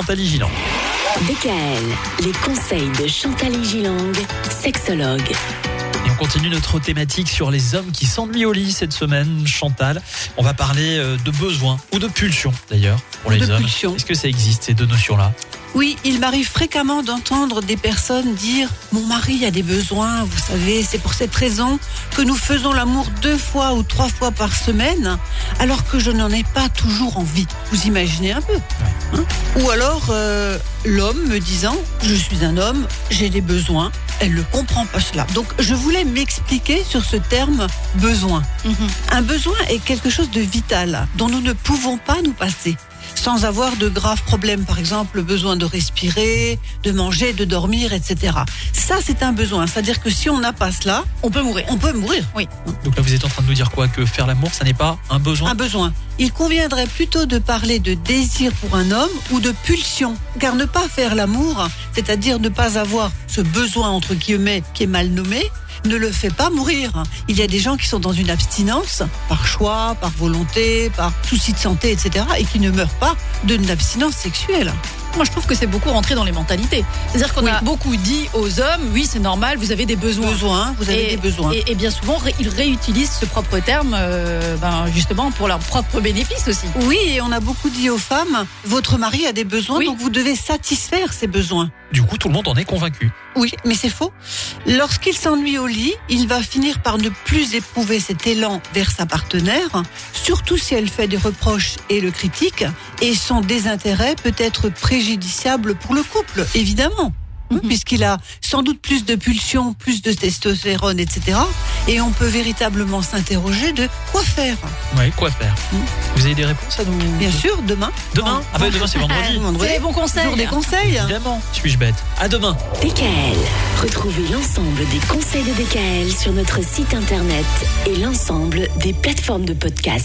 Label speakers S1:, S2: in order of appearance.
S1: Chantal Gilang.
S2: DKL, les conseils de Chantal Gilang, sexologue.
S1: Et on continue notre thématique sur les hommes qui s'ennuient au lit cette semaine, Chantal. On va parler euh, de besoins ou de pulsions d'ailleurs pour les
S3: De
S1: hommes.
S3: pulsions.
S1: Est-ce que ça existe ces deux notions-là
S3: Oui, il m'arrive fréquemment d'entendre des personnes dire Mon mari a des besoins, vous savez, c'est pour cette raison que nous faisons l'amour deux fois ou trois fois par semaine, alors que je n'en ai pas toujours envie. Vous imaginez un peu hein Ou alors euh, l'homme me disant Je suis un homme, j'ai des besoins. Elle ne comprend pas cela. Donc je voulais m'expliquer sur ce terme besoin. Un besoin est quelque chose de vital dont nous ne pouvons pas nous passer sans avoir de graves problèmes, par exemple le besoin de respirer, de manger, de dormir, etc. Ça, c'est un besoin. C'est-à-dire que si on n'a pas cela,
S4: On peut mourir.
S3: on peut mourir.
S1: Donc là, vous êtes en train de nous dire quoi Que faire l'amour, ça n'est pas un besoin
S3: Un besoin. Il conviendrait plutôt de parler de désir pour un homme ou de pulsion. Car ne pas faire l'amour, c'est-à-dire ne pas avoir ce besoin, entre guillemets, qui est mal nommé, ne le fait pas mourir. Il y a des gens qui sont dans une abstinence, par choix, par volonté, par souci de santé, etc., et qui ne meurent pas d'une abstinence sexuelle.
S4: Moi, je trouve que c'est beaucoup rentré dans les mentalités. C'est-à-dire qu'on
S3: Oui.
S4: a beaucoup dit aux hommes, oui, c'est normal, vous avez des besoins.
S3: besoins, vous avez des
S4: et,
S3: besoins.
S4: Et, et bien souvent, ré- ils réutilisent ce propre terme, euh, ben, justement, pour leur propre bénéfice aussi.
S3: Oui, et on a beaucoup dit aux femmes, votre mari a des besoins,
S4: Oui.
S3: donc vous devez satisfaire ses besoins.
S1: Du coup, tout le monde en est convaincu.
S3: Oui, mais c'est faux. Lorsqu'il s'ennuie au lit, il va finir par ne plus éprouver cet élan vers sa partenaire, surtout si elle fait des reproches et le critique, et son désintérêt peut être préjudiciable pour le couple, évidemment. hein, Puisqu'il a sans doute plus de pulsions, plus de testostérone, etc. Et on peut véritablement s'interroger de quoi faire.
S1: Ouais, quoi faire
S3: Mm.
S1: Vous avez des réponses à nous
S3: Bien sûr, demain.
S1: Demain Ah bah demain, c'est vendredi.
S4: C'est les
S3: vendredi.
S4: bons conseils.
S3: Toujours des conseils.
S1: Évidemment. Suis-je bête À demain.
S2: DKL, retrouvez l'ensemble des conseils de DKL sur notre site internet et l'ensemble des plateformes de podcast.